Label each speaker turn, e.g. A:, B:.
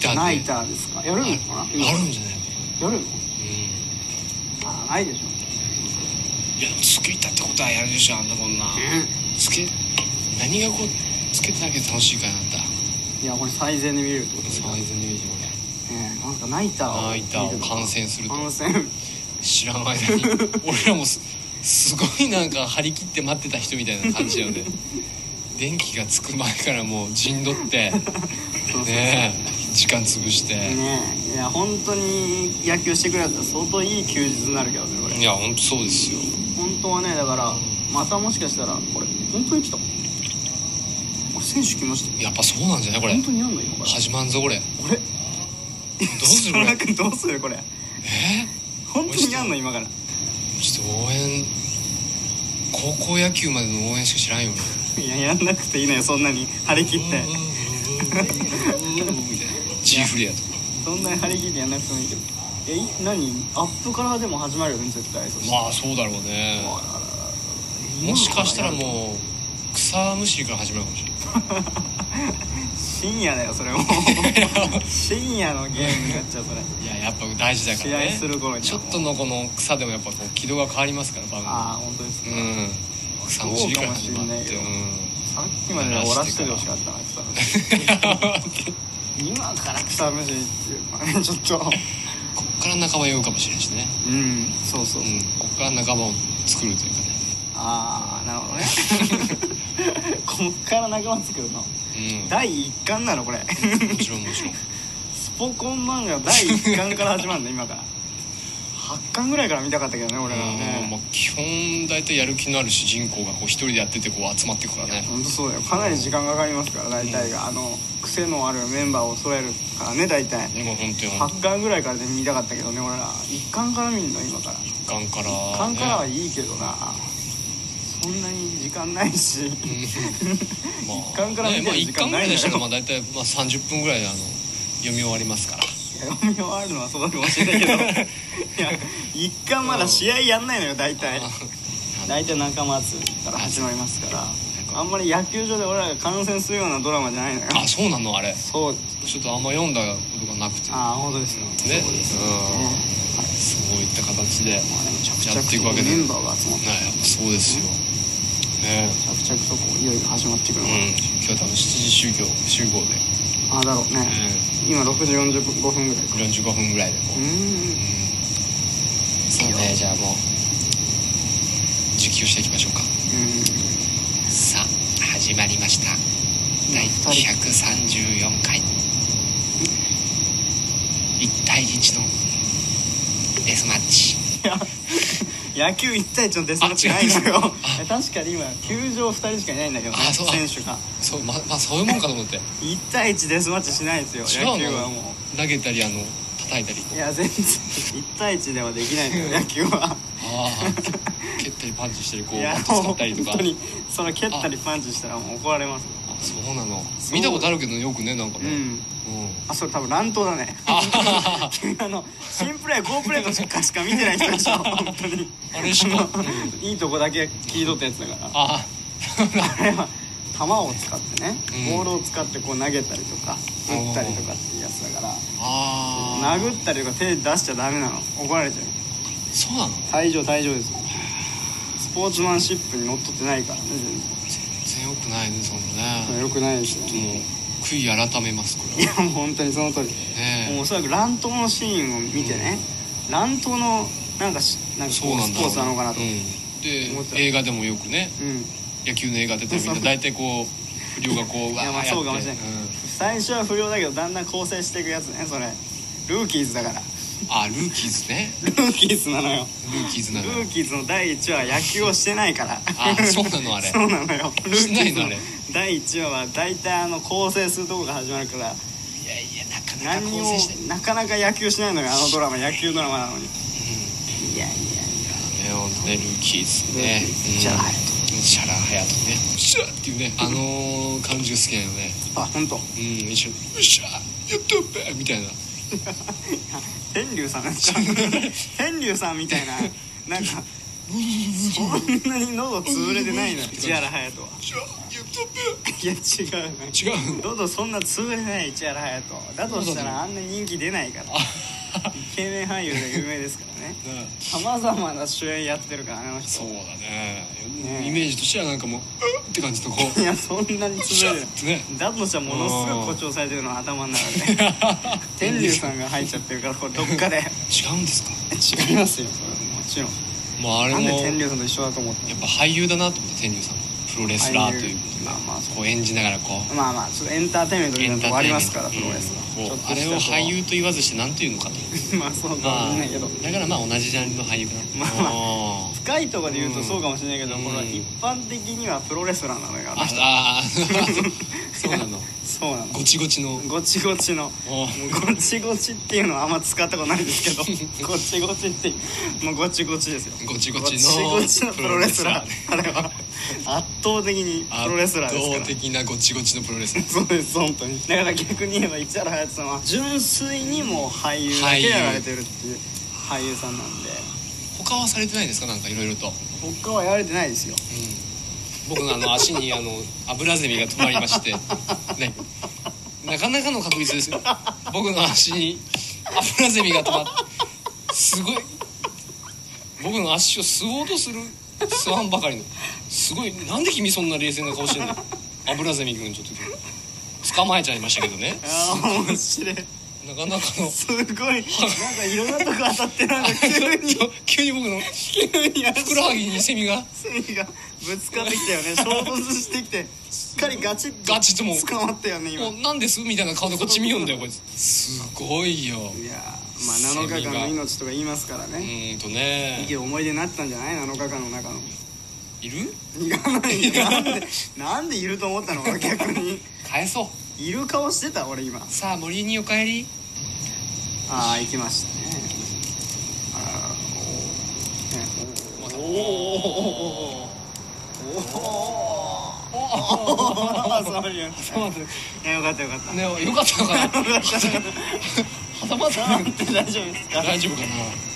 A: ター
B: ナ
A: で
B: イターですかやるのかな
A: あるんじゃない
B: やるの
A: う
B: あないでしょ
A: んいやつけたってことはやるでしょあんたこんなつけ何がこうつけただけで楽しいからなんだ
B: いやこれ最善で見れるってことです
A: 沢
B: ね
A: 井のイメージもね
B: えなんかナイターを
A: ナイターを観戦すると
B: 観戦
A: 知らない間に俺らもすすごいなんか張り切って待ってた人みたいな感じなので電気がつく前からもう陣取って
B: そうそう
A: ねえ時間潰して、
B: ねえいや本当に野球してくれたら相当いい休日になるけどねこれ
A: いや本当そうですよ
B: 本当はねだからまたもしかしたらこれ本当に来たこれ選手来ましたよ
A: やっぱそうなんじゃないこれ
B: 本当にやんの今から
A: 始まんぞこれ
B: これど
A: うするこれ
B: 君 どうするこれ
A: え
B: 本当にやんの今から
A: ー、ちょっと応援高校野球までの応援しか知らんよね
B: いややんなくていいのよそんなに張り切って
A: みたいな ジーフレアとか
B: そんなに張り切ってやんなくてもいいけどえい何アップからでも始まるよね絶対そして
A: まあそうだろうねもしかしたらもう草むしりから始まるかもしれない
B: 深夜だよそれも深夜のゲームになっちゃうそれ
A: いややっぱ大事だからね
B: 試合する頃にはもう
A: ちょっとのこの草でもやっぱこう軌道が変わりますから番
B: ああ本当ですか、
A: 組うん草むしりから始まって
B: そううかもしん
A: ん
B: さっきまで終わらせてほしかったな草むしり今から草むしりっていうのはねちょっと
A: こっから仲間酔うかもしれないしね
B: うんそうそうう、
A: んこっから仲間を作るというかね
B: ああなるほどね こっから仲間作るの
A: う
B: 第一巻なのこれ
A: んもちろんもちろん
B: スポコン漫画第1巻から始まるの今から8巻ぐらいから見たかったけどね俺らは
A: うんまあ
B: ね、
A: 基本大体やる気のある主人公がこう一人でやっててこう集まってくからね
B: ほんとそうだよかなり時間かかりますから大体があの癖のあるメンバーを揃えるからね大体
A: もう本当に
B: 8巻ぐらいからで見たかったけどね俺ら1巻から見るの今から
A: 一巻から
B: 1巻からは
A: ね
B: いいけどなそんなに時間ないし
A: ま
B: 一巻から見て
A: ねまあ
B: る時
A: 一巻ぐ
B: 間な
A: ら
B: い
A: い
B: んだよ
A: でしたらまあ大体まあ30分ぐらいであの読み終わりますから
B: 読み終わるのはそうかもしれないけどいや1巻まだ試合やんないのよ大体大体仲間集から始まりますからあんまり野球場で俺らが観戦するようなドラマじゃないのよ
A: あそうなのあれ
B: そうです
A: ちょっとあんま読んだことがなくて
B: ああ本当ですね
A: ね
B: そうですね
A: うんそういった形でや
B: まあね着
A: やっていく
B: 々
A: わけ
B: と
A: で
B: メンバーが集まって
A: っぱそうですよね
B: 着々とこういよいよ始まっていくの
A: う
B: が、
A: ん今日多分7時集合集合で
B: ああだろうね、今6時45分ぐらいか
A: 45分ぐらいでもう
B: うーん
A: そうねじゃあもう受給していきましょうかさあ始まりました第134回1対1のデスマッチ
B: いや野球1対1のデスマッチ
A: あ
B: ないのよ
A: 違
B: 確かに今球場2人しかいないんだけど、ね、
A: あそう
B: 選手が
A: そうままあそういうもんかと思って
B: 1対1デスマッチしないです
A: 違
B: よ野球
A: う
B: は
A: の
B: もう
A: 投げたりあの叩いたり
B: いや全然1対1ではできないのよ野球は
A: ああ蹴ったりパンチしたりこ
B: いうや
A: バット使
B: もう
A: ったりとか
B: 本当に その蹴ったりパンチしたらもう怒られますよ
A: あそうなの
B: そう
A: 見たことあるけどねよくねなんか
B: う
A: ね
B: ん
A: うん
B: あそれ多分乱闘だね君あの新プレー好プレーとかしか見てない人でしょ本当に
A: あれし か
B: いいとこだけ切り取ったやつだから
A: あ
B: あれは球を使ってね
A: うん
B: ボールを使ってこう投げたりとか打ったりとかっていうやつだから
A: あー
B: 殴ったりとか手出しちゃダメなの怒られちゃう
A: そうなの
B: 退場退場ですよスポーツマンシップにのっとってないからね全
A: 全然よくないねそのね
B: 然よくないですよね
A: もう悔い改めますこれ
B: いやもう本当にその通り
A: は
B: もう
A: ね
B: おそらく乱闘のシーンを見てね乱闘のなんかしなんか
A: そう
B: こう
A: な
B: ス
A: んだ
B: ポーツなのかなと
A: う
B: うんん思ってた
A: で映画でもよくね野球の映画出てみんな大体こう不良がこううわ
B: いやまあ
A: ー
B: そうかもしれない
A: やって
B: 最初は不良だけどだんだん構成していくやつねそれルーキーズだ から
A: うんあルーキーズね
B: ルーキーズなのよ
A: ルーキーズな
B: ル
A: の
B: ーキーズの第1話は野球をしてないから
A: あそうなのあれ
B: そうなのよルーキ
A: しない
B: ーズ
A: のあ
B: の
A: れ
B: 第1話は大体あの構成するとこが始まるから
A: いやいやなかなか
B: 何
A: 構
B: に
A: 成してない
B: もなかなか野球しないのよあのドラマ野球ドラマなのに
A: うん
B: いやいや
A: ねほんとねルーキーズね
B: ルーキ
A: う
B: ーズ
A: ん
B: シャラハヤ
A: シャラハヤトねシャラっていうねあのー感じが好きなのね
B: あ本当。
A: うん一緒に「よっしゃやったっべ!」みたいな
B: 天竜さんですか天竜さんみたいななんかそんなに喉潰れてないのよ市原隼人は
A: じゃあ言っとく
B: いや違うね
A: 違う
B: どうぞそんな潰れない市原隼人だとしたらあんな人気出ないから
A: あ
B: イケメン俳優で有名ですからね
A: ね
B: さまざまな主演やってるからねあの人
A: そうだね
B: ね
A: イメージとしてはなんかもう「うっ」って感じとこう
B: いやそんなに潰れてない
A: ね
B: だとしたらものすごい誇張されてるの頭の中で天竜さんが入っちゃってるからこれどっかで
A: 違うんですか
B: 違いますよそれはもちろん
A: もうあれ
B: なん
A: も
B: で天
A: や
B: 竜さんと一緒だと思ってんの
A: っぱ俳優だなと思った天竜さんもプロレスラーということで
B: まあまあそう
A: こう演じながらこう
B: まあまあちょっとエンターテインメントみたいなとこありますからプ
A: エンタ
B: ロ
A: ーテインメ
B: レ
A: ン
B: スは
A: トうん
B: ちょっと
A: あれを
B: したこう
A: 俳優と言わずして何というのかと
B: まあそうかも
A: ま
B: し
A: あ
B: れないけど
A: だからまあ同じジャンルの俳優かな
B: まあまあ
A: あー
B: 深いところで言うとそうかもしれないけど、
A: うん
B: この一般的にはプロレスラーなのよあの
A: あ
B: 人
A: あ ーそうなの
B: そうなの
A: ごちごちの
B: ごちごちの
A: お
B: もうごちごちっていうのはあんま使ったことないですけどごちごちってもうごちごちですよ
A: ごちごちの
B: ごちごちのプロレスラーあれは圧倒的にプロレスラーですから
A: 圧倒的なごちごちのプロレスラー
B: そうです本当にだから逆に言えば市原隼人さんは純粋にもう俳優だけやられてるっていう俳優さんなんで
A: 他はされてないですかなんかいろいろと、うん、
B: 他はやられてないですよ
A: 僕のあの足にあの油ゼミが止まりましてねなかなかの確率ですよ僕の足に油ゼミが止まってすごい僕の足を吸おうとする吸わんばかりのすごいなんで君そんな冷静な顔してんの油ゼミ君ちょっと捕まえちゃいましたけどね
B: ああ面白い
A: なかなかの
B: すごいなんかいろんなとこ当たってなんか急に
A: 急に僕の
B: 急に
A: ふくらはぎにセミが
B: セミがぶつかってきたよね衝突してきてしっかりガチッと
A: ガチッともう
B: 捕まったよね今
A: もうなんですみたいな顔でこっち見よんだよこいつすごいよう
B: いやーまあ7日間の命とか言いますからね
A: ーんと
B: い
A: ね
B: い思い出になったんじゃない7日間の中の
A: いる
B: いらないよなんでなんでいると思ったの俺逆に
A: 返そう
B: いる顔してた俺今
A: さあ森にお帰り
B: ああ行きましたねあ
A: ま
B: ー
A: た
B: おーね
A: お
B: おーおーおー お
A: お
B: ー そうなんや
A: そうなんだ
B: いやよかったよかった
A: ねよかったのかな
B: よかった
A: 挟まった
B: なんて大丈夫ですか
A: 大丈夫かな